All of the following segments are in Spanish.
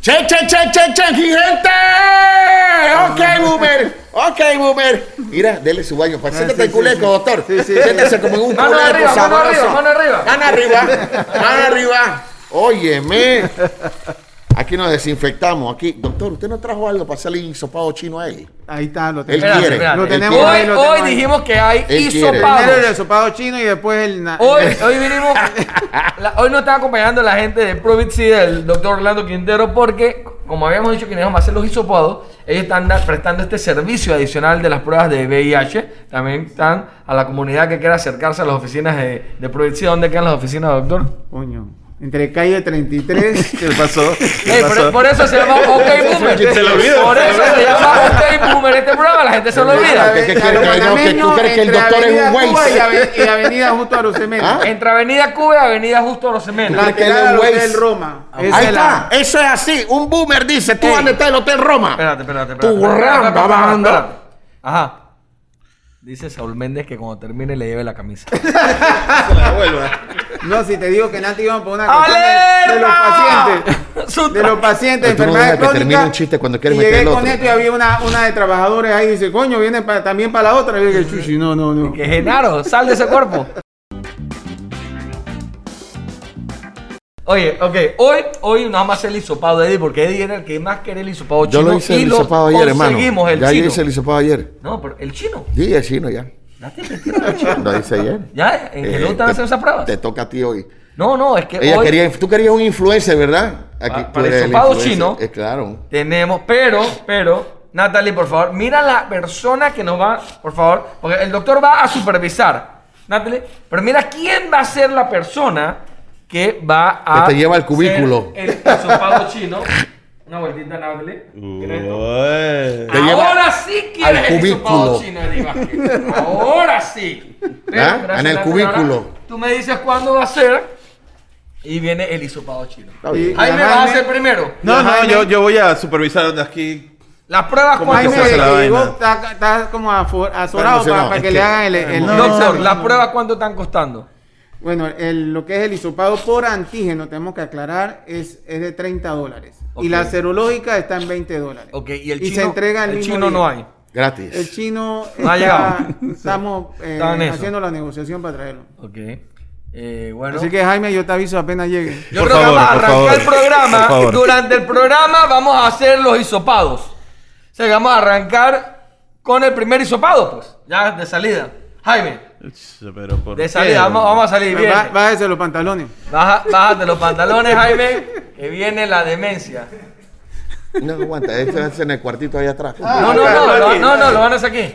Che, che, che, che, che, mi gente. Ok, Ah. boomer. Ok, boomer. Mira, dele su baño. Pa. Siéntate el culeco, doctor. Siéntese como en un Mano culeco arriba, mano sabroso. arriba, mano arriba. Mano arriba, mano arriba. Óyeme. Aquí nos desinfectamos. Aquí, doctor, ¿usted no trajo algo para hacerle hisopado chino a él? Ahí está, lo Él tenemos. Espérate, quiere. espérate. él Lo tenemos quiere. Hoy, lo hoy tengo ahí. dijos que hay Él quiere. Primero el hisopados. sopado chino y después el... na- Hoy, hoy vinimos. la- hoy nos está acompañando la gente de Provici del doctor Orlando Quintero, porque, como habíamos dicho que íbamos a hacer los hisopados, ellos están da- prestando este servicio adicional de las pruebas de VIH. También están a la comunidad que quiera acercarse a las oficinas de, de Provici. ¿Dónde quedan las oficinas, doctor? Coño. Entre calle 33... ¿Qué le pasó? ¿Qué le Ey, por, pasó? por eso se llama OK Boomer. Se le olvida. Por Se le eso se llama OK Boomer este programa. La gente se lo olvida. ¿Qué- qué quieres que digamos? ¿Que tú crees que el entre doctor es un Avenida güey? Cuba Y, ave- y Avenida Justo Arucemena. ¿Ah? Entre Avenida Cuba y Avenida Justo Rosemena. Claro. Lateral que es un al güey. Hotel Roma. Esa Ahí es está. la- Eso es así. Un boomer dice, tú Ey. Ah, dónde está el Hotel Roma. Espérate, espérate, espérate. Tu Espérate, ramba espérate, banda. espérate. Ajá. Dice Saúl Méndez que cuando termine le lleve la camisa. Ah. La vuelva. No, si te digo que Nati iban por una cuestión de, de los ¡Alerta! pacientes. Su- De los pacientes, Pero tú no enfermedades dejas que termine crónicas. un chiste cuando quieres y meter llegué el con otro. esto y había una, una de trabajadores ahí y dice, coño, viene pa- también para la otra. Y yo dije, chuchi, no, no, no. Que Genaro, sal de ese cuerpo. Oye, ok, hoy, hoy nada más el hisopado de Eddie, porque Eddie era el que más quería el hisopado chino. Yo lo hice y el hisopado ayer, hermano. conseguimos, el ya yo chino. hice el hisopado ayer. No, pero el chino. Sí, el chino ya. Date mentira el chino. Lo hice ayer. Ya, en Eh, Hello están te- haciendo esas pruebas. Te toca a ti hoy. No, no, es que Ella hoy quería, tú querías un influencer, ¿verdad? Pa- tú para el eres hisopado influencer. chino. Eh, claro. tenemos, pero, pero, Natalie, por favor, mira la persona que nos va, por favor, porque el doctor va a supervisar. Natalie, pero mira quién va a ser la persona que va a. Que te lleva al cubículo. ser El hisopado chino. Una vueltita, Natalie. Mira esto. Ué. Te lleva Ahora sí quieres al el hisopado cubículo. chino, Eddie Vázquez. Ahora sí. Pero, ¿Ah? gracias, En el Natalie, ahora cubículo. Tú me dices cuándo va a ser y viene el hisopado chino. Está bien. Jaime la va a Jaime- hacer primero. No, no, Jaime- yo, yo voy a supervisar aquí. Las pruebas ¿Cómo cuándo que Jaime se hace son? la que llegó, vaina? está, está como afor- azorado emocionado. para, para que, Es le que- hagan el, el- No, Doctor, el- las pruebas cuánto están costando. Bueno, el- lo que es el hisopado por antígeno, tenemos que aclarar, es, es de 30 dólares. Ok. Y la serológica está en 20 dólares. Ok, y el se chino, entrega el, el mismo chino día. no hay. Gratis. El chino No está- ha llegado. Estamos eh, Está en eso. haciendo la negociación para traerlo. Ok. Eh, bueno. Así que Jaime, yo te aviso apenas llegue. yo Por creo que favor, vamos a por arrancar favor, el programa. por favor. Durante el programa vamos a hacer los hisopados. O sea, que vamos a arrancar con el primer hisopado, pues. Ya de salida. Jaime, Pero por de qué? salida, vamos, vamos a salir bien. Bá- Bájese los pantalones. Baja, bájate los pantalones, Jaime, que viene la demencia. No aguanta, esto es en el cuartito allá atrás. No, no, no, no, no, no, lo van a hacer aquí.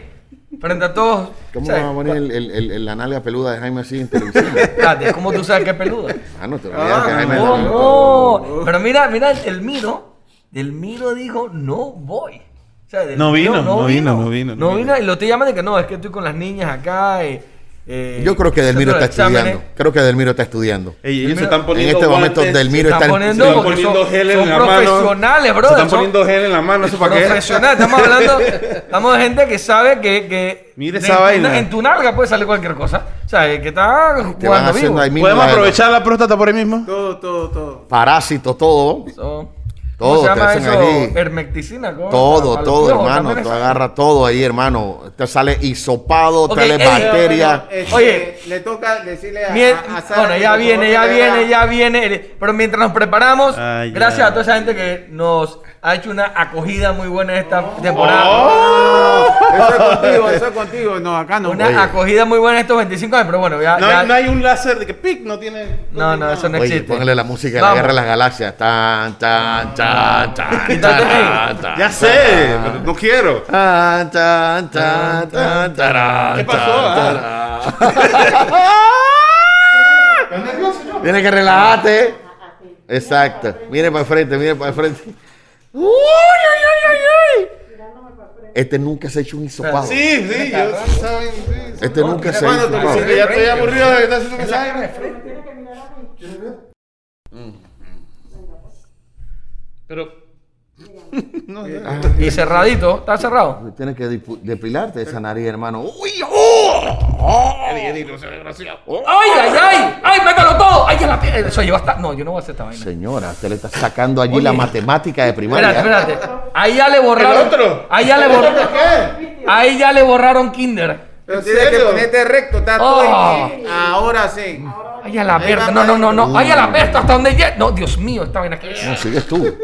Frente a todos. ¿Cómo O sea, vas a poner el, el, el- la nalga peluda de Jaime así en televisión? espérate, ¿Cómo tú sabes que es peludo? Ah, no, te olvidas que Jaime No, es la- no. Pero mira, mira, el Miro, el Miro dijo, no voy. O sea, Del No Miro vino, no vino, no vino, no No vino. vino y lo te llaman de que no, es que estoy con las niñas acá. eh, eh, Yo creo que Delmiro haciendo está los exámenes". estudiando. Creo que Delmiro está estudiando. Ey, ellos Primero- se están En poniendo este momento guantes, Delmiro se está están se poniendo- están No, porque poniendo son- gel en son la mano. profesionales, brother, Se están son- poniendo gel en la mano, no sé para qué. Profesional, estamos hablando, estamos de gente que sabe que, que Mira de esa tu- vaina. en tu nalga puede salir cualquier cosa. O sea, que está Te van jugando haciendo vivo. ahí mismo. ¿Podemos la- aprovechar la próstata por ahí mismo? Todo, todo, todo. Parásito, todo. So, ¿Cómo Todo se te llama hacen eso? allí. Hermecticina. ¿cómo? Todo, Oh, Para- para los todo, piojos, hermano. también Tú es- agarras todo ahí, hermano. Te sale hisopado, Ok, eh, te sale ey, bacteria. Bueno, este, Oye. le toca decirle a, Mien- a- a Sara bueno, que ya por favor viene, que ya le viene, haga- ya viene. Pero mientras nos preparamos, Ay, gracias ya. a toda esa gente que nos ha hecho una acogida muy buena esta Oh. temporada. Eso es contigo, eso es contigo. No, acá no. Una Oye. acogida muy buena estos 25 años, pero bueno, ya. No, ya- hay, no hay un láser de que pic no tiene. no, no, eso no Oye, existe. póngale la música de la Vamos. guerra de las galaxias. Tan, tan, tan, tan, Quítate, tan, ey. tan, Ya sé, pero no quiero. tan, tan, tan, tan, tarán, ¿Qué pasó, tan, ah? tarán. Tienes que relajarte. Exacto. Mire para el frente, mire para el frente. Uy, uy, uy, uy, uy. Este nunca se ha hecho un hisopado. Sí, sí, yo saben. Sí, Este nunca se ha Bueno, Ah. hecho un te dicen hisopado. que ya estoy aburrido de que estás haciendo esa Pero. No sé. Y cerradito, está cerrado. Tienes que dipu- depilarte esa nariz, hermano. ¡Uy! ¡Oh! ¡Oh! ¡Oh! ¡Ay, ay, ay! ¡Ay, mételo todo! ¡Ay, que la pi- Eso yo hasta. No, yo no voy a hacer esta vaina. Señora, usted le está sacando allí la matemática de primaria. Espérate, espérate. Ahí ya le borraron. ¿El otro? Ahí ya le borraron. ¿Qué? Ahí ya le borraron Kinder. Pero ¿En sí hay que serio? ponerte recto, está todo Oh. en- Ahora sí. Ay, a la verga. No, no, no, no. Ay, a la verga. ¿Hasta dónde llega? No, Dios mío, esta vaina que No, es. sigues tú.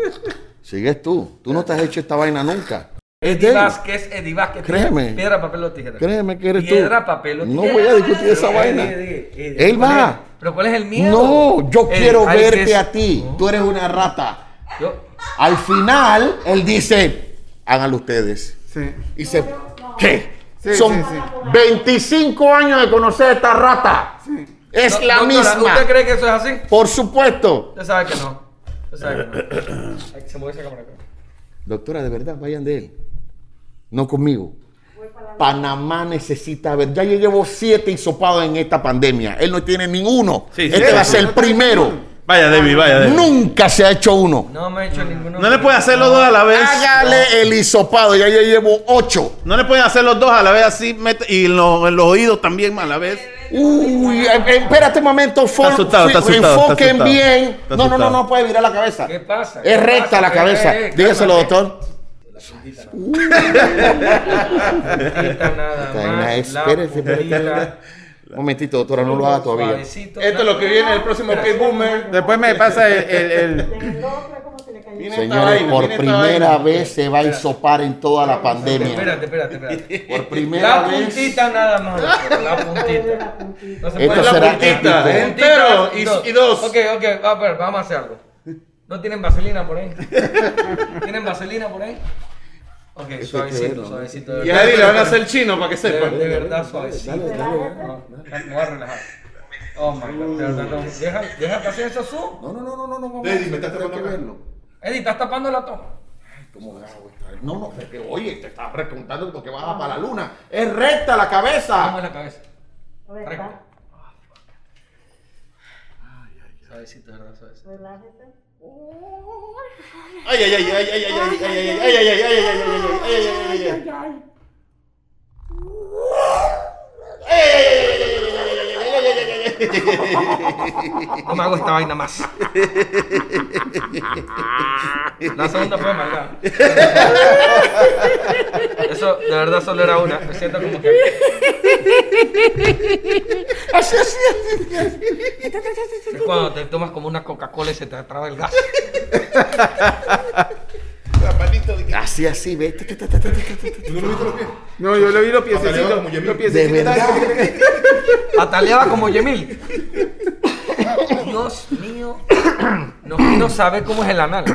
Sigues tú. Tú no te has hecho esta vaina nunca. Eddie Vázquez, Eddie Vázquez. Créeme. Piedra, papel o tijera. Créeme que eres tú. Piedra, papel o tijera. No voy a discutir esa vaina. Eddie, Eddie, Eddie. Él va. ¿Pero cuál es el miedo? No, yo El- quiero ay, verte que es- a ti. Tú eres una rata. Yo- Al final, él dice, háganlo ustedes. Sí. Y se... ¿Qué? Sí, Son sí, sí. 25 años de conocer a esta rata. Es Do- la doctora, misma. ¿Usted cree que eso es así? Por supuesto. Usted sabe que no. Usted sabe que no. Ay, Se mueve esa cámara acá. Doctora, de verdad, vayan de él. No conmigo. Panamá necesita ver. Ya yo llevo siete hisopados en esta pandemia. Él no tiene ninguno. Sí, este sí, va a sí. ser el primero. Vaya, David, vaya, David. Nunca se ha hecho uno. No me he hecho ninguno. No le puede hacer los dos a la vez. Ah, Hágale el hisopado. Ya yo llevo ocho. No le pueden hacer los dos a la vez así mete- y lo- en los oídos también a la vez. Uy, eh, eh, espérate un momento. for- asustado, está fi- asustado, está enfoquen asustado. bien. no, Está no, no, asustado. no puede virar la cabeza. ¿Qué pasa? ¿Qué Es recta pasa? la Eh, cabeza. eh, Dígaselo, cálmate. doctor. Quita nada Está en la- más, la espérese, espérese. pulida. Un momentito, doctora, no lo haga todavía. Suavecito, Esto es lo que viene el próximo K-Boomer. Después me pasa el. el- el- Señores, por primera vez se va a hisopar en toda la pandemia. Espérate, espérate, espérate. Por La primera vez. puntita nada más. doctor, La puntita. No se Esto puede- la será puntita, épico. ¿eh? entero y- Puntita, y dos. Ok, ok, va, a ver, vamos a hacer algo. ¿No tienen vaselina por ahí? ¿Tienen vaselina por ahí? Ok, suavecito, suavecito. de Y a verdad. Eddie le van a hacer chino para que De, sepa. de verdad, suavecito. No, me voy a relajar. Oh my god, de verdad, no. Deja, deja que hacer eso zoom. No, no, no, no, no, no. vamos a Eddie, me estás tener que tapando acá. verlo. Eddie, estás tapando la toma. ¿Cómo vas a gustar? No, no, es que, oye, te estás preguntando porque baja para la luna. Es recta la cabeza. Vamos en la cabeza. Recto. Suavecito, de verdad, suavecito. Ay, ay, ay, ay, ay, ay, ay, ay, ay, ay, ay, ay, ay, ay, ay, ay, ay, ay, ay, ay, ay. No me hago esta vaina más. La segunda fue amargada. Eso, de verdad, solo era una. Me siento como que. Es cuando te tomas como una Coca-Cola y se te traba el gas. Así, así, ve. Te, te, te, te, te, te, te. No, yo le vi los piececitos. Papeleo como Yemil. Los De piececitos. verdad. Ataleaba como Yemil. Dios mío. No, no sabe cómo es el anal.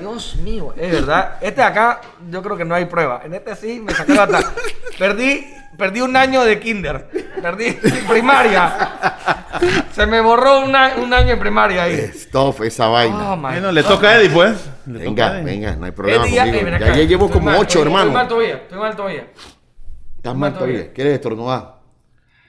Dios mío. Es verdad. Este de acá, yo creo que no hay prueba. En este sí me saqué la ta- Perdí, perdí un año de kinder. Perdí primaria. Se me borró una- un año en primaria ahí. Stop esa Oh vaina. my Bueno, le toca a Eddie, pues. Le toca Venga, a Eddie. venga, no hay problema Eddie, ya- eh, conmigo. ven Ya acá. ya llevo Estoy como mal, ocho, estoy- Estoy mal hermano. todavía, estoy mal todavía. Estás mal todavía. ¿Quieres estornudar?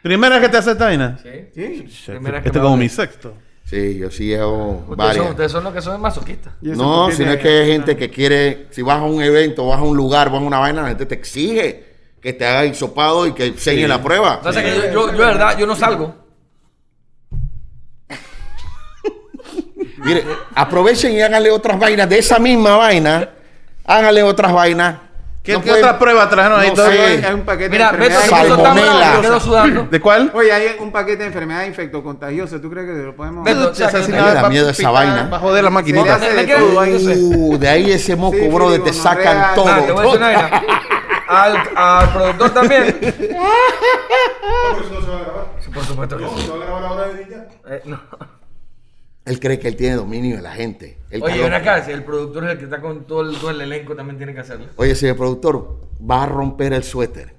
Primera que te hace esta vaina. Sí. Sí. Primera que Este es me como habla. mi sexto. Sí, yo sí hago Ustedes son, varias. ustedes son los que son masoquistas. Y eso No, porque sino es tiene- que hay gente que quiere, si vas a un evento, vas a un lugar, vas a una vaina, la gente te exige que te haga hisopado y que enseñe la prueba. Pasa que yo, yo, yo, de verdad, yo no salgo. Mire, aprovechen y háganle otras vainas de esa misma vaina. Háganle otras vainas. ¿Qué, No qué pueden- otra prueba trajeron ahí? no todo? sé. Hay, hay un paquete Mira, de Beto se enfermedades. puso tan bravo Salmonela. que quedó sudando. ¿De cuál? Oye, hay un paquete de enfermedades infectocontagiosas. ¿Tú crees que lo podemos.? Beto, Dude, o sea, o sea, que- si Me nada, da va- miedo esa picar, vaina. Va a joder la Se le maquinita. hace Me- me de queda- todo, hay- Uh, de ahí ese moco, Sí, bro, sí, de te gonorrea, sacan todo. Ah, te voy a decir una vaina. Al, al productor también. Sí, por supuesto que sí. Eh, no. Él cree que él tiene dominio de la gente. Él está Oye, ven loco. acá, si el productor es el que está con todo el, todo el elenco, también tiene que hacerlo. Oye, señor productor, va a romper el suéter.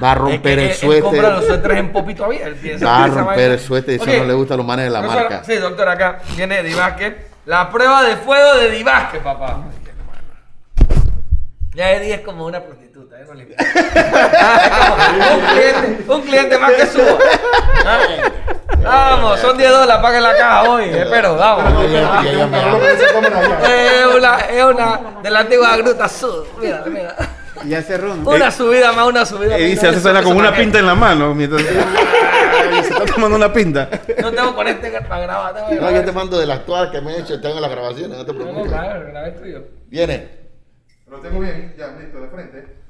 va a romper Es que el él- Él suéter. compra los suéteres en Popi todavía. Él piensa Va a que esa romper vaina- el suéter y eso Ok, no le gusta a los manes de la profesor, marca. Sí, doctor, acá viene Divasque. La prueba de fuego de Divasque, papá. Ya Eddie es como una prostituta, ¿eh? No le importa. un, cliente, un cliente más que suba. Ah, Vamos, son 10 dólares, paguen la caja hoy. Espero, vamos. Espérate, que yo me hago. Es una, es una de la antigua gruta sur. Mira, mira. Ya cerró, ¿no? Una subida más, una subida más. Y se hace suena con una pinta en la mano. Mientras... se está tomando una pinta. No tengo con este para grabar. tengo que No, grabar. yo te mando de las todas que me he hecho, tengo las grabaciones, no te No, preocupes. claro, grabé el tuyo. Viene. Lo tengo bien, ya, listo, de frente.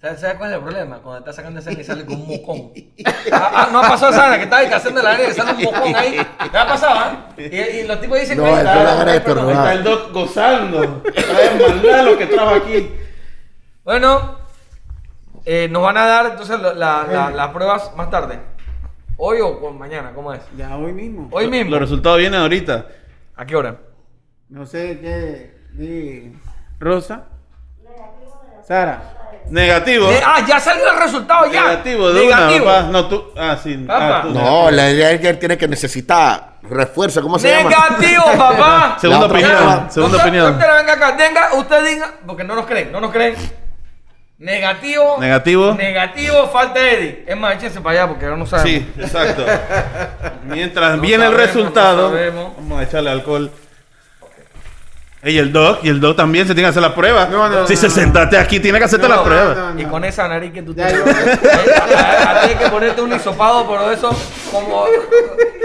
¿Sabes sabes cuál es el problema? Cuando estás sacando sangre y sale con un mocón. Ah, ah, no ha pasado Sara, que estaba haciendo la área y sale un mocón ahí. ¿Te ha pasado? ¿eh? Y, y los tipos dicen No, que el problema era ay, perdón. estornudar. Está el doc gozando. Trae maldad lo que trajo aquí. Bueno, eh, nos van a dar entonces la- la- la- las pruebas más tarde. ¿Hoy o con- mañana? ¿Cómo es? Ya hoy mismo. Hoy mismo. Los resultados vienen ahorita. ¿A qué hora? No sé qué. di- Rosa. Sara. Negativo. Eh, ah, ya salió el resultado ya. Negativo, de Negativo. una, papá. No, tú. Ah, sí. Papá. Ah, tú, No, la idea es que él tiene que necesitar refuerzo, ¿cómo se llama? Negativo, papá. Segunda La otra opinión. prueba. Segunda Doctor- opinión. Doctora, venga acá. Tenga, usted diga, porque no nos creen, no nos creen. Negativo. Negativo. Negativo, falta Eddie. Es más, échense para allá porque ahora no saben. Sí, exacto. Mientras No viene el sabemos, resultado, no sabemos. vamos a echarle alcohol. Ey, el doc, y el doc también se tiene que hacer la prueba. No, no, si no, se no. sentaste aquí, tiene que hacerte No, la prueba. no, no. Y con esa nariz que tú Ya, tienes. Eh, yo- A- a- a- Tienes que ponerte un hisopado, pero eso como.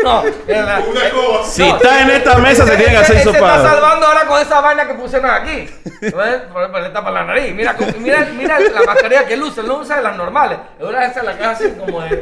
No, mira, eh, Si no. está en esta mesa, se tiene que hacer Ese- ese está hisopado. salvando ahora con esa vaina que pusieron aquí. ¿Ves? Por- por- le tapa la nariz. Mira, cómo- mira, mira la mascarilla que él usa. Él no usa de las normales. Él usa esa la que es así como de,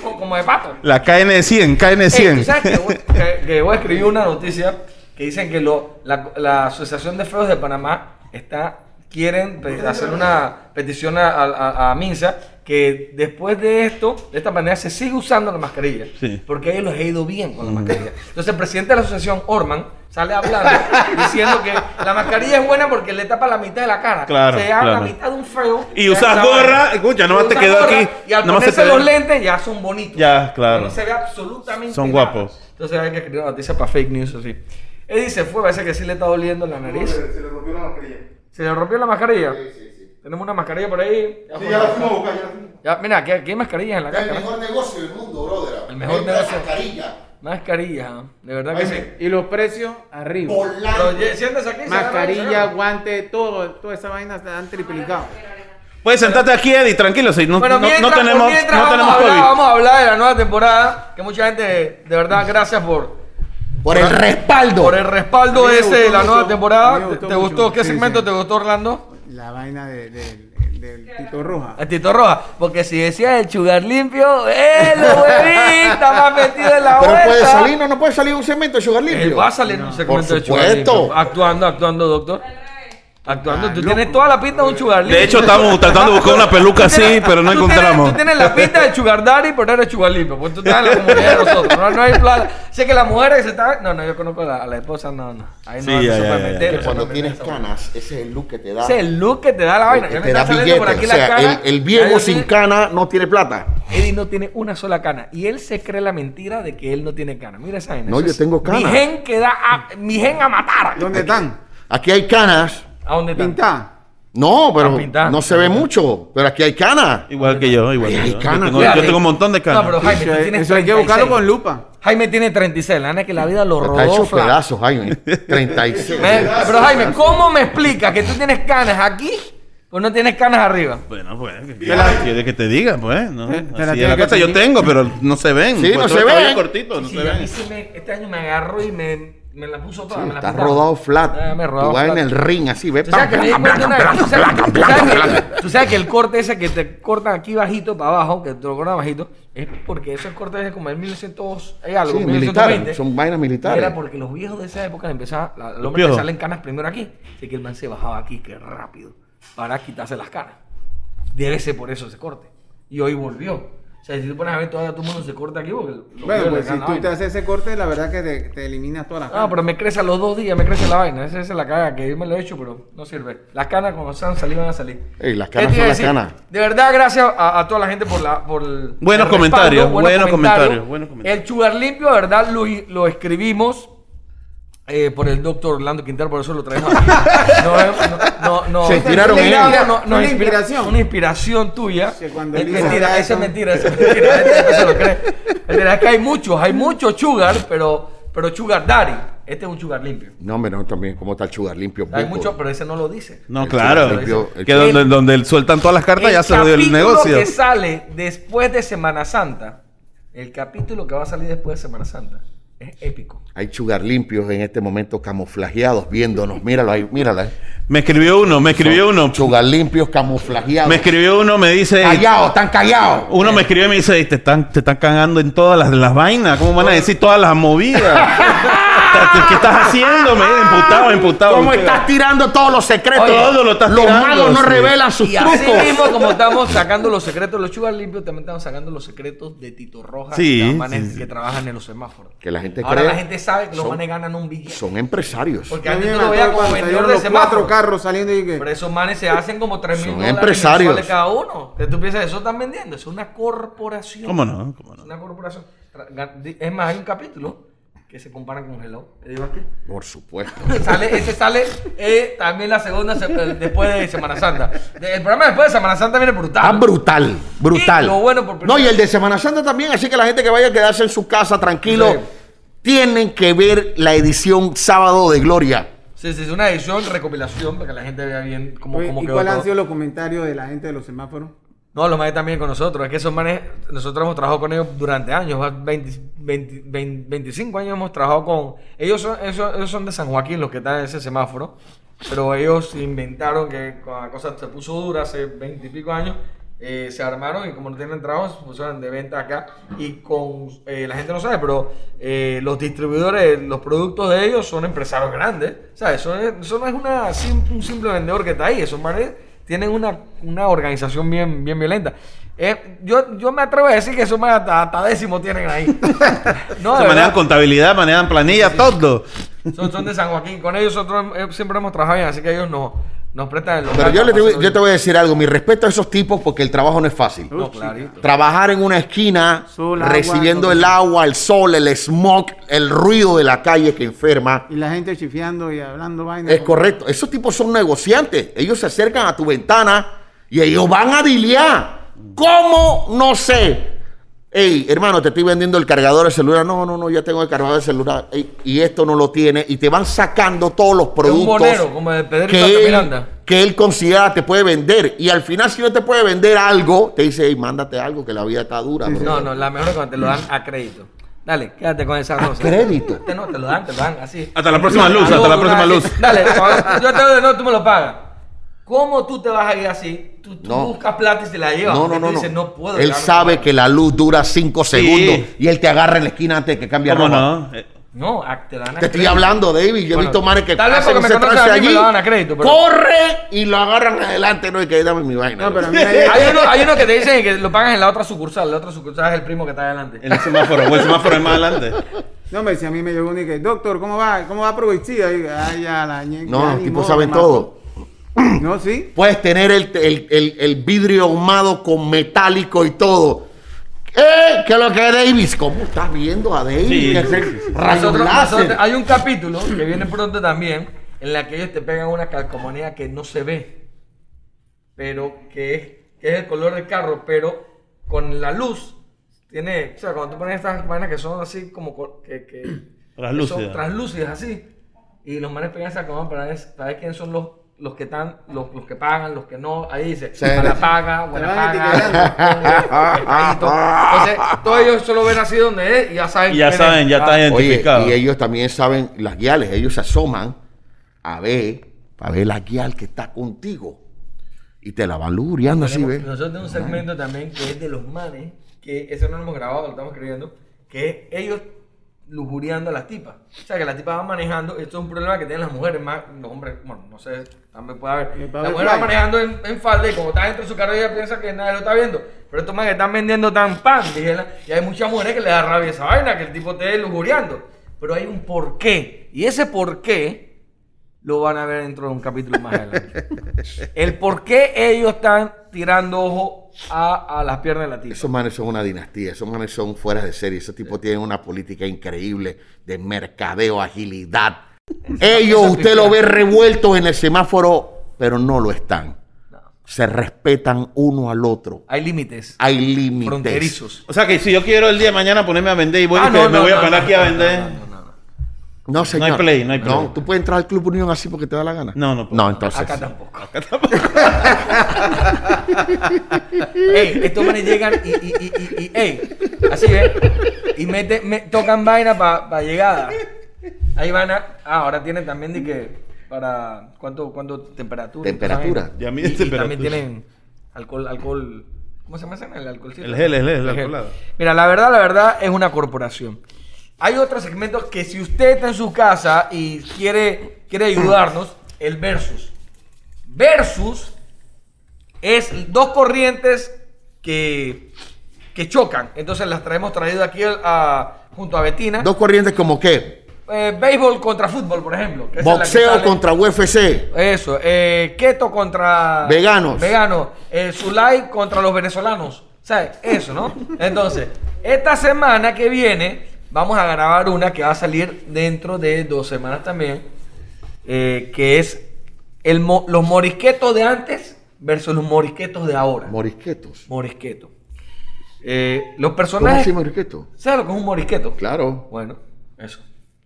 como, como de pato. La KN100, Ey, Eh, ¿tú KN100. sabes que voy, que- que voy a escribir una noticia que dicen que lo- la, la Asociación de Feos de Panamá está quieren pe- hacer una petición a, a- a- a Minsa que después de esto, de esta manera, se sigue usando la mascarilla. Sí. Mm. Porque a ellos les ha ido bien con la mascarilla. Entonces el presidente de la asociación, Orman, sale hablando diciendo que la mascarilla es buena porque le tapa la mitad de la cara. Claro, se da la claro. mitad de un feo. Y se da usas esa gorra, vaina. escucha, Y nomás te usas quedó gorra, aquí, Y al nomás se te ponerse ve. los lentes ya son bonitos. Ya, claro. No se ve absolutamente Son nada. guapos. Entonces hay que escribir una noticia para fake news así. Eddie se fue, parece que sí le está doliendo la nariz. Se le rompió la mascarilla. ¿Se le rompió la mascarilla? sí, sí. Tenemos una mascarilla por ahí. Sí, ya la fuimos a buscar, ya la fuimos. Ya, mira, aquí, aquí hay mascarillas en la Es el caja. ¿no? mejor negocio del mundo, brother. El mejor Venta negocio. mascarilla, Mascarillas, ¿no? de verdad que sí. Y los precios arriba. volando. Pero ye- siéntese aquí. se agarra- se Mascarilla, agarra. guante, todo, toda esa vaina se han triplicado. Puedes sentarte Pues aquí, Eddie, tranquilo. si no, Bueno, no- no mientras, por tenemos, mientras no vamos, tenemos a hablar, COVID. vamos a hablar de la nueva temporada. Que mucha gente, de verdad, gracias por, Por el respaldo. por el respaldo A mí me ese de gustó la nueva mucho, a temporada. mí me ¿Te- gustó ¿Te gustó? mucho. ¿Qué Sí, segmento sí. te gustó, Orlando? La vaina de- del- del Tito Roja. A Tito Roja, porque si decía el chugar limpio, ¡eh, lo huevita! más metido en la Pero vuelta. puede salir, no, no puede salir un cemento de Sugar Él Limpio. va a salir en un segmento por de chugar supuesto. limpio. Actuando, actuando, doctor. Actuando, Ah, tú loco. tienes toda la pinta de un chugar limpio. De hecho, estamos tratando de buscar una peluca Tú así, tienes- pero no tú tienes- encontramos. Tú tienes la pinta de chugar daddy, pero no eres chugar limpio. Pues tú estás en la comunidad de nosotros. No, no hay plata. Sé que las mujeres que se están. No, no, yo conozco a la, a la esposa, no, no. Ahí no, Sí, no ya, se ya, puede ya, ya. meter, Que no se Cuando puede meter tienes esa vaina. canas, ese es el look que te da. Ese es el look que te da la vaina. que Ya me te da está saliendo billete. por aquí o la sea, cara. el, el Ya viejo yo sin estoy- cana no tiene plata. Eddie no tiene una sola cana. Y él se cree la mentira de que él no tiene cana. Mira esa vaina. No, Eso yo es- tengo cana. Mi gen que da a, mi gen a matar. ¿Dónde están? Aquí hay canas. ¿A dónde está? Pintadas. No, Ah, pero pintada. no se ve mucho. Pero aquí hay canas. Igual que yo, igual Ay, que hay yo. Yo canas, tengo, cuidado. yo tengo un montón de canas. No, pero Jaime, Eso, tú es- tienes eso hay que buscarlo 36. con lupa. Jaime tiene 36. La nena es que la vida lo Está rodó. hecho flaco. pedazos, Jaime. 36. Ve, Pero Jaime, ¿cómo me explicas que tú tienes canas aquí, pues no tienes canas arriba? Bueno, pues, ¿qué quieres quieres que te diga? Pues, ¿no? Te- te la Así es tiene la que cosa. Yo pedir. tengo, pero no se ven. Pues, Sí, no todo se el cabello ven. cortito, no Sí, se a mí ven. sí me- este año me agarró y me, me la puso toda. Sí, me la Estás puso toda. rodado flat. Ya Eh, me he rodado Tú vas flat. en el ring así, ves. Tú sabes que me di Blanca, cuenta una blanca, vez, tú sabes- blanca, tú blanca, sabes que- blanca. Tú sabes que el corte ese que te cortan aquí bajito para abajo, que te lo cortan bajito, es porque esos cortes es como en 1900 hay algo, Sí, 1920. militares. Son vainas Y Era militares. porque los viejos de esa época empezaban, la- los hombres piojos. que salen canas primero aquí, así que el man se bajaba aquí, que rápido, para quitarse las canas. Debe ser por eso ese corte. Y hoy volvió. O sea, si tú pones a ver todavía todo el mundo se corta aquí porque los viejos Bueno, le pues si ganan tú la te vaina. haces ese corte, la verdad que te, te eliminas todas las Ah, canas. pero me crece a los dos días, me crece la vaina. Esa esa es la caga que yo me lo he hecho, pero no sirve. Las canas cuando se han salido van a salir. Ey, las ¿Qué canas te iba son a las decir? canas. De verdad, gracias a, a toda la gente por la por el- Buenos el comentarios, respaldo, buenos comentarios, buenos comentarios. El chugar limpio, de verdad, lo, lo escribimos eh, por el doctor Orlando Quintero, por eso lo traemos aquí. No, no, no, no. Se inspiraron No, en no, él. no, no, Fue una inspira- inspiración. Una inspiración tuya. Que cuando es él hizo mentira, Brighton- esa es mentira, esa es mentira. La gente no se lo cree. Es verdad que hay muchos, hay muchos sugar, pero, pero sugar daddy. Este es un sugar limpio. No, hombre, no, también, como está el chugar limpio. Hay poco. muchos, pero ese no lo dice. No, El claro. limpio, el que chico. donde, donde sueltan todas las cartas ya se lo dio el capítulo negocio. que sale después de Semana Santa, el capítulo que va a salir después de Semana Santa, es épico. Hay chugar limpios en este momento camuflajeados viéndonos. Míralo ahí, mírala. Me escribió uno, me escribió uno. Chugar limpios camuflajeados. Me escribió uno, me dice. Callados, están callados. Uno me escribió y me dice, "Ey, te están, te están cagando en todas las, las vainas. ¿Cómo van a decir todas las movidas? Ta- ¿Qué estás haciendo? Me dice, imputado, imputado. ¿Cómo estás tirando todos los secretos? Oye, todo lo estás los tirando, magos no sí. revelan sus Y así trucos. mismo, como estamos sacando los secretos de los sugar limpios, también estamos sacando los secretos de Tito Rojas Sí, y las manes sí, sí. que trabajan en los semáforos. Que la gente Ahora cree la gente sabe que los son- manes ganan un billete. Son empresarios. porque Yo antes me tú lo veías acuerdo como cuando vendedor salieron de los cuatro semáforos. carros saliendo y que... Pero esos manes se hacen como 3 mil Son dólares empresarios. mensuales cada uno. Entonces tú piensas, eso están vendiendo. Es una corporación. ¿Cómo no? ¿Cómo Es no? una corporación. Tra- ga- di- Es más, hay un capítulo que se compara con Hello. Te digo aquí. Por supuesto. Sale, ese sale eh, también la segunda se- eh, después de Semana Santa. De- el programa después de Semana Santa viene brutal. Ah, Está brutal, brutal. Y lo bueno por primera no, y el de vez- Semana Santa también, así que la gente que vaya a quedarse en su casa tranquilo, Sí. tienen que ver la edición Sábado de Gloria. Sí, sí, es una edición, recopilación, para que la gente vea bien cómo, Oye, cómo ¿Y quedó cuáles han todo. sido los comentarios de la gente de los semáforos? No, los manes también con nosotros. Es que esos manes, nosotros hemos trabajado con ellos durante años. va- 20, 20, 20, 25 años hemos trabajado con... Ellos son, ellos, ellos son de San Joaquín los que están en ese semáforo. Pero ellos inventaron que cuando la cosa se puso dura hace 20 y pico años. eh, se armaron y como no tienen trabajo se pusieron de venta acá. Y con... eh, la gente no sabe, pero eh, los distribuidores, los productos de ellos son empresarios grandes. O sea, eso, es- eso no es una, sim- un simple vendedor que está ahí. Esos manes tienen una, una organización bien, bien violenta. Eh, yo, yo me atrevo a decir que eso más hasta, hasta décimo tienen ahí. No, Se de manejan verdad. contabilidad, manejan planilla, todo. son, son de San Joaquín. Con ellos nosotros eh, siempre hemos trabajado bien, así que ellos nos, nos prestan el Pero local yo, para le te, voy- pasarlo yo te bien. voy a decir algo, mi respeto a esos tipos porque el trabajo no es fácil. No, clarito. Trabajar en una esquina, Sol, agua, recibiendo no- el agua, el sol, el smog, el ruido de la calle que enferma. Y la gente chifiando y hablando vainas. Es correcto. Esos tipos son negociantes. Ellos se acercan a tu ventana y ellos van a diliar. ¿Cómo? No sé. Ey, hermano, te estoy vendiendo el cargador de celular. No, no, no, ya tengo el cargador de celular. Ey, y esto no lo tiene. Y te van sacando todos los Es un productos monero, como de Pedrito de que, él, Miranda. que él considera te puede vender. Y al final, si no te puede vender algo, te dice, ey, mándate algo, que la vida está dura. bro". No, no, la mejor es cuando te lo dan a crédito. Dale, quédate con esa cosa. crédito? Te, no, te lo dan, te lo dan así. Hasta la próxima luz, hasta la Algo, próxima una- luz. Dale, cuando yo te doy, no, tú me lo pagas. ¿Cómo tú te vas a ir así? Tú, tú No. buscas plata y se la llevas. No, Y no, tú no, no. dices, no puedo. Él ya no sabe puedo". que la luz dura 5 Sí. segundos y él te agarra en la esquina antes de que cambie ¿Cómo ropa. no? Eh, No, ah, te la dan a Te estoy crédito. hablando, David. Yo he Bueno, visto manes que tal vez porque me ese conoces trance a mí, me lo dan a crédito, pero- corre y lo agarran adelante, no, y que dame mi vaina. No, pero a mí me- Hay uno, hay uno que te dicen que lo pagas en la otra sucursal. La otra sucursal es el primo que está adelante. En el semáforo, o el semáforo eh. es más adelante. No, me decía, a mí me llegó uno y que, doctor, ¿cómo va? ¿Cómo va Provicida? Y, ay, ya, la ñe- No, ya los ni tipos modo, saben mato. todo. No, sí. Puedes tener el, el- el- el vidrio ahumado con metálico y todo. ¿Eh? ¿Qué es lo que es Davis? ¿Cómo estás viendo a Davis? Sí, Que sí, se- sí, sí. rayos Nosotros- láser. nosotros- hay un capítulo que viene pronto también en la que ellos te pegan una calcomanía que no se ve, pero que es, que es el color del carro, pero con la luz tiene, o sea, cuando tú pones estas vainas que son así como co- que, que- que Translúcidas. son translúcidas así y los manes pegan esa calcomanía para ver, para ver quién son los los que están, los, los que pagan, los que no, ahí dice, Sí. para paga, buena van paga, entonces todos ellos solo ven así donde es y ya saben. Y ya quién es. saben, ya Ah. está Oye, identificado. y ellos también saben las guiales. Ellos se asoman a ver, a ver la guial que está contigo. Y te la van luriando así, Tenemos- ¿ves? Nosotros tenemos un segmento también que es de los manes, que eso no lo hemos grabado, lo estamos escribiendo, que es ellos lujuriando a las tipas. O sea, que las tipas van manejando, esto es un problema que tienen las mujeres, más los hombres, bueno, no sé, también puede Eh, haber. va a La haber mujer va fly. manejando en, en falda y como está dentro de su carro ella piensa que nadie lo está viendo. Pero estos manes que están vendiendo tan pan, dije, la- y hay muchas mujeres que les da rabia esa vaina, que el tipo esté lujuriando. Pero hay un porqué, y ese porqué lo van a ver dentro de un capítulo más adelante. El por qué ellos están tirando ojo a, a las piernas de la tipa. Esos manes son una dinastía, esos manes son fuera de serie, esos tipos tienen una política increíble de mercadeo, agilidad, Ellos usted lo ve revueltos en el semáforo, pero no lo están. Se respetan uno al otro. Hay límites Hay límites. fronterizos. O sea que si yo quiero el día de mañana ponerme a vender y voy Ah, y que no, me no, voy a no, parar no, aquí a no, vender. no, no, no, no. No, señor. play, no hay play. tú puedes entrar al Club Unión así porque te da la gana. No, no puedo. No, entonces. Acá tampoco. Acá tampoco. ey, estos manes llegan y, y, y, y, y- ey, así es. Y mete, me- tocan vaina para llegada. Ahí van a. Ah, ahora tienen también de que. Para. ¿Cuánto, cuánto temperatura? Temperatura. Esa vaina. Ya Y, miden y temperatura. también tienen alcohol, alcohol. ¿Cómo se llama ese? El alcoholcito. El gel, el gel, el alcoholado. Mira, la verdad, la verdad es una corporación. Hay otros segmentos que si usted está en su casa y quiere, quiere ayudarnos, el versus. Versus es dos corrientes que, que chocan. Entonces las traemos traído aquí el- a- junto a Betina. Dos corrientes como qué? Eh, béisbol contra fútbol, por ejemplo. que esa es la que Boxeo sale- contra UFC. Eso. eh, keto contra... Veganos. Veganos. Eh, Zulay contra los venezolanos. ¿Sabes? Eso, ¿no? Entonces, esta semana que viene vamos a grabar una que va a salir dentro de dos semanas también, eh, que es el mo- los morisquetos de antes versus los morisquetos de ahora. Morisquetos. morisqueto. Eh, los ¿Cómo personajes... así morisqueto? ¿Sabes lo que es un morisqueto? Claro. Bueno, eso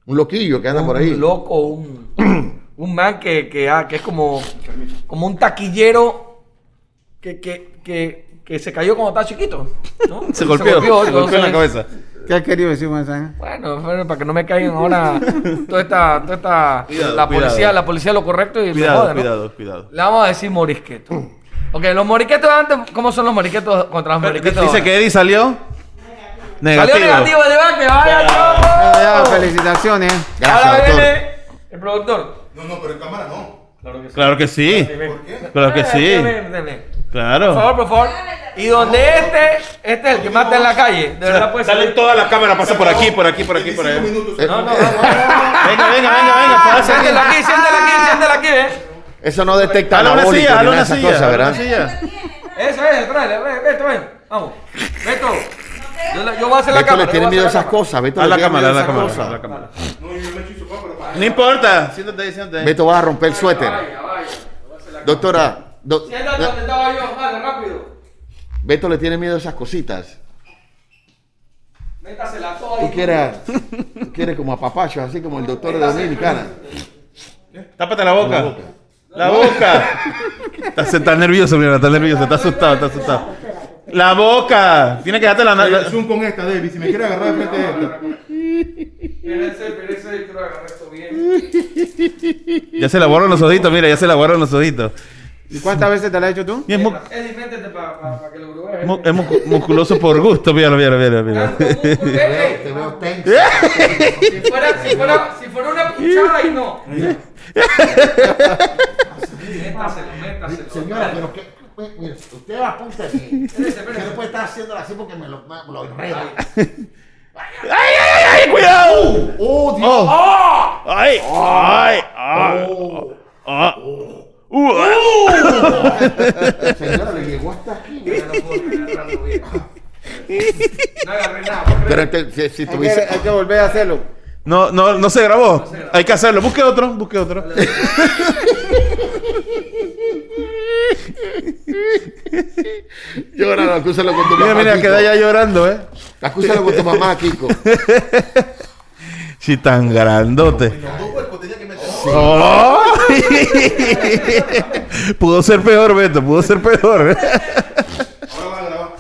Un loquillo que anda un por ahí. loco, un, un man que, que, ah, que es como, como un taquillero que, que, que, que se cayó cuando estaba chiquito. ¿no? Se golpeó, se golpeó, en la entonces, cabeza. ¿Qué ha querido decir, Gonzalo? Bueno, bueno, para que no me caigan ahora toda esta, toda esta Cuidado, la policía, cuidado. la policía lo correcto y me Cuidado, joda, ¿no? cuidado, cuidado. Le vamos a decir morisqueto. ok, los morisquetos de antes, ¿cómo son los morisquetos contra los morisquetos? Dice que Eddie salió negativo. salió negativo el debate, vaya chavo. Ah, ya, Felicitaciones. Gracias, ahora doctor. viene el productor. No, no, pero en cámara no. Claro que sí. Claro que sí. Claro que Eh, sí. ven, ven. Claro. Por favor, por favor. Y donde este, este es el que mata en la calle. De verdad puede Salen ser. todas las cámaras, pasa por aquí, por aquí, por aquí, por allá. Venga, 25 minutos. Eh, No, no, no, no. venga, venga, venga, pasa Siéntelo aquí. aquí, siéntelo aquí, siéntelo aquí, ¿eh? Eso no detecta Dale una anabólico silla, ni dale nada de una esas silla, cosas, dale una ¿verdad? silla. Eso es, tráele, ve, Beto, ven. Vamos. Beto. Yo, la- yo voy a hacer Beto la le cámara. yo tiene voy miedo a hacer esas la cámara. cosas. Beto A le la tiene cámara, a miedo la esas cámara, cosas. a la cámara. No, yo me he hecho sopa, pero para. No importa, siéntate ahí, siéntate ahí. Beto va a romper el suéter. Doctora, do- Siéntate donde estaba yo, vale, rápido. Beto le tiene miedo a esas cositas. Métasela toda Tú ahí. quieres, tú quieres como a papacho, así como el doctor de Dominicana. Tápate la boca. La boca. Estás está nervioso, mira, está nervioso, está asustado, está asustado. La boca. Tiene que darte la Oye, nariz. Zoom con esta, David. Si me quiere agarrar de frente esta. Espérense, espérense, quiero agarrar esto bien. Ya se la borran los oditos, mira, ya se la borran los oditos. ¿Y cuántas veces te la has hecho tú? Y es, mu- Es diferente este para que lo grabes. mu- es mu- musculoso por gusto, mira, mira, mira, mira. Tanto músculo, eh, eh. tenso. Si fuera, si fuera, si fuera una cuchara y no. métaselo, métaselo. Señora, pero que. Mire, usted apunta aquí. Espérese, Usted espérese. no puede estar haciéndolo así porque me lo, me lo enreda. ¡Ay, ay, ay! ¡Cuidado! ¡Oh, Dios! Oh. ¡Ay! ¡Ay! ¡Ay! Ah. Uh, ah. Oh. Señora, le llegó hasta aquí. Yo no puedo regalar tanto bien. No agarré nada. ¿vos crees? Pero este, si, si Hay que, tuviese. hay que volver a hacerlo. No, no, no se grabó. Hay que hacerlo. Busque otro, busque otro. Llora, acúsalo con tu mamá. Mira, mira, Kiko. queda ya llorando, eh. Acúsalo con tu mamá, Kiko. Sí, tan grandote. Los dos cuerpos tenía que meter. ¡Oh! pudo ser peor, Beto, pudo ser peor. Ahora va a grabar.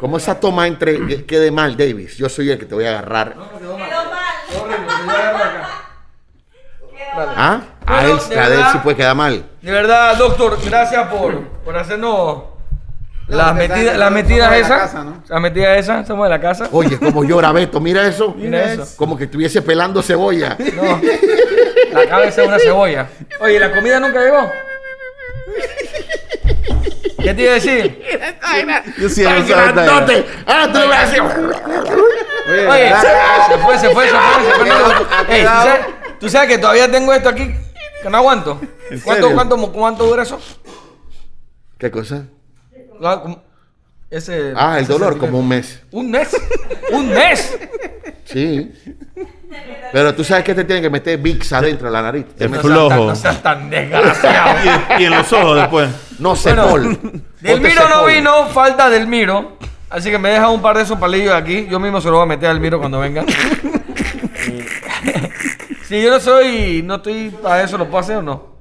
Como esa toma entre que quede mal, Davis. Yo soy el que te voy a agarrar. Quedó mal. Corre, porque yo agarro acá. Quedó mal. ¿Ah? A Bueno, él, de a él verdad. sí puede quedar mal. De verdad, doctor, gracias por, por hacernos las No, de verdad, metidas, no, no, las metidas somos de la esas. casa, ¿no? Oh. Las metidas esas, somos de la casa. Oye, cómo llora Beto. Mira eso. Mira eso. Como que estuviese pelando cebolla. No. La cabeza es una cebolla. Oye, ¿la comida nunca llegó? ¿Qué te iba a decir? Yo sí, no ¡Ay, sabe tan grandote! ¡Ah, tú le vas a decir! Oye, Oye, ¿verdad? se fue, se fue, se fue, se fue. no, no. Ha Ey, ¿tú, quedado- sabes, tú sabes que todavía tengo esto aquí que no aguanto. ¿En ¿Cuánto, serio? cuánto, cuánto dura eso? ¿Qué cosa? Ah, como- Ese, Ah, el ese dolor, sentimiento. como un mes. ¿Un mes? ¿Un mes? Sí. Pero tú sabes que te tienen que meter VIX adentro de la nariz. El No seas tan, flojo. no seas tan desgraciado. Y, y en los ojos después. No se Bueno, pol. Delmiro Ponte no Cepol. vino, falta Delmiro. Así que me deja un par de esos palillos aquí. Yo mismo se los voy a meter a Delmiro cuando venga. si yo no soy, no estoy para eso, ¿lo puedo hacer o no?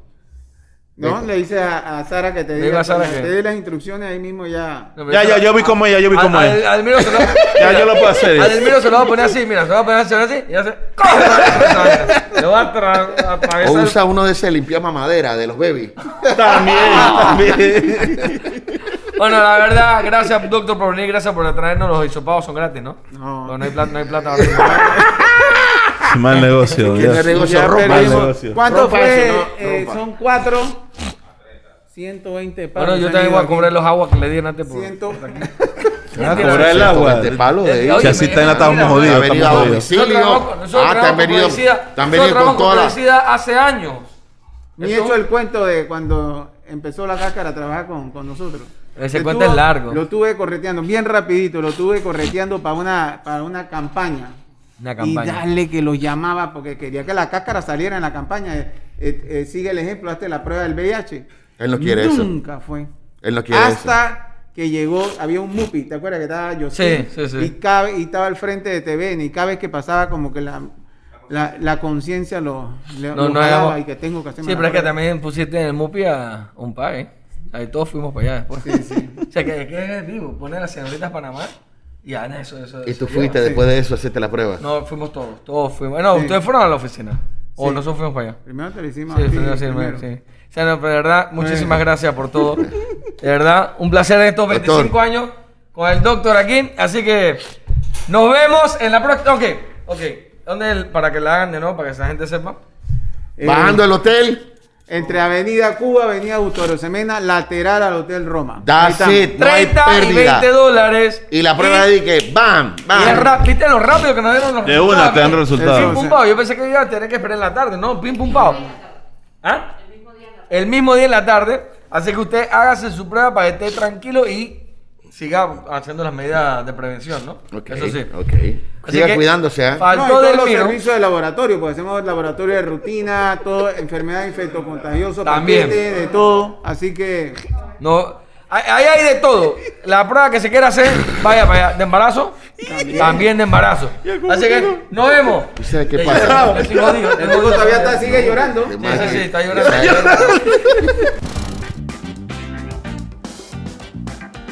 No, le dices a, a Sara que te Digo diga. a Sara que- Te di las instrucciones ahí mismo ya. No, pero Ya, eso- ya, yo vi cómo ella, yo vi A- cómo a- es. a Delmiro se lo, Ya, yo lo puedo hacer. a Delmiro se lo voy a poner así, mira, se lo voy a poner así, así y hace. ¡Coge! Le voy a atra- O a atravesar. usa uno de ese limpia mamadera de los babies. También, también. Bueno, la verdad, gracias, doctor, por venir. Gracias por traernos los hisopados, son gratis, ¿no? No. No, no hay plata, no hay plata. ahora mismo. Mal negocio. Dios. Dios. Negocio, Pues Ya ropa, perdimos. negocio. ¿Cuánto Ropa, fue? si no, Eh, ropa. son cuatro. 120 palos. Bueno, yo también voy a cobrar los aguas que le dieron antes por. Ciento- A cobrar el agua. 120 palos de Oye, Si ellos. así está enlatado, estamos Ha jodidos. venido a Estamos jodidos. domicilio. Ah, te han venido, te han venido con toda la... la... hace años. Ni he Eso- hecho el cuento de cuando empezó la cáscara a trabajar con, con nosotros. Ese Lo cuento es largo. Lo tuve correteando, bien rapidito, lo tuve correteando para una, para una campaña. Una Y campaña. dale que lo llamaba porque quería que la cáscara saliera en la campaña. Eh, eh, eh, sigue el ejemplo, hazte la prueba del VIH. Él no quiere eso. Nunca fue. Él no quiere Hasta que llegó, había un Mupi, ¿te acuerdas que estaba yo? Sí, sí, sí. Y, cada- y estaba al frente de TVN y cada vez que pasaba como que la, la, la conciencia lo, le- No, lo no jalaba hagamos- y que tengo que hacer Sí, pero es que también pusiste en el Mupi a un pague. Ahí todos fuimos para allá después. o sea, que, que es vivo, poner las señoritas Panamá y ah, eso, eso. Y eso tú fuiste lleva. después de eso a hacerte la prueba. No, fuimos todos, todos fuimos. Eh, No, ustedes fueron a la oficina. O Sí. nosotros fuimos para allá. Primero te lo hicimos Sí, a ti, primero, sí, primero. sí. O sea, no, pero de verdad, muchísimas gracias por todo. De verdad, un placer estos 25 Doctor. años con el doctor aquí. Así que nos vemos en la próxima. Ok, ok. ¿Dónde el- para que la hagan de nuevo, para que esa gente sepa? Eh, Bajando el hotel, Entre Avenida Cuba, Avenida Gustavo Semena, lateral al Hotel Roma. Ahí that's estamos. it, no hay 30 y pérdida. 20 dólares. Y la prueba Y- de que bam, y es bam. ra- ¿Viste lo rápido que nos dieron los De una te dan aquí? Pim resultados. pum pao. Yo pensé que iba a tener que esperar en la tarde, ¿no? Pim pum pao. ¿Ah? El mismo día en la tarde. Así que usted hágase su prueba para que esté tranquilo y siga haciendo las medidas de prevención, ¿no? Ok, Eso sí. ok. Así Siga que- cuidándose, ¿eh? Faltó No, y todos del los miro. servicios de laboratorio, porque hacemos laboratorio de rutina, todo, enfermedad infectocontagioso, También. paquete, de todo. Así que No. Ahí ahí hay de todo. La prueba que se quiera hacer, vaya para allá. ¿De embarazo? También, de embarazo. Así que nos vemos. ¿Tú sabes qué Ya, pasa? ya, ya estoy jodido, el mundo todavía está, sigue llorando. Qué Sí, sí, madre. sí, está llorando. está llorando.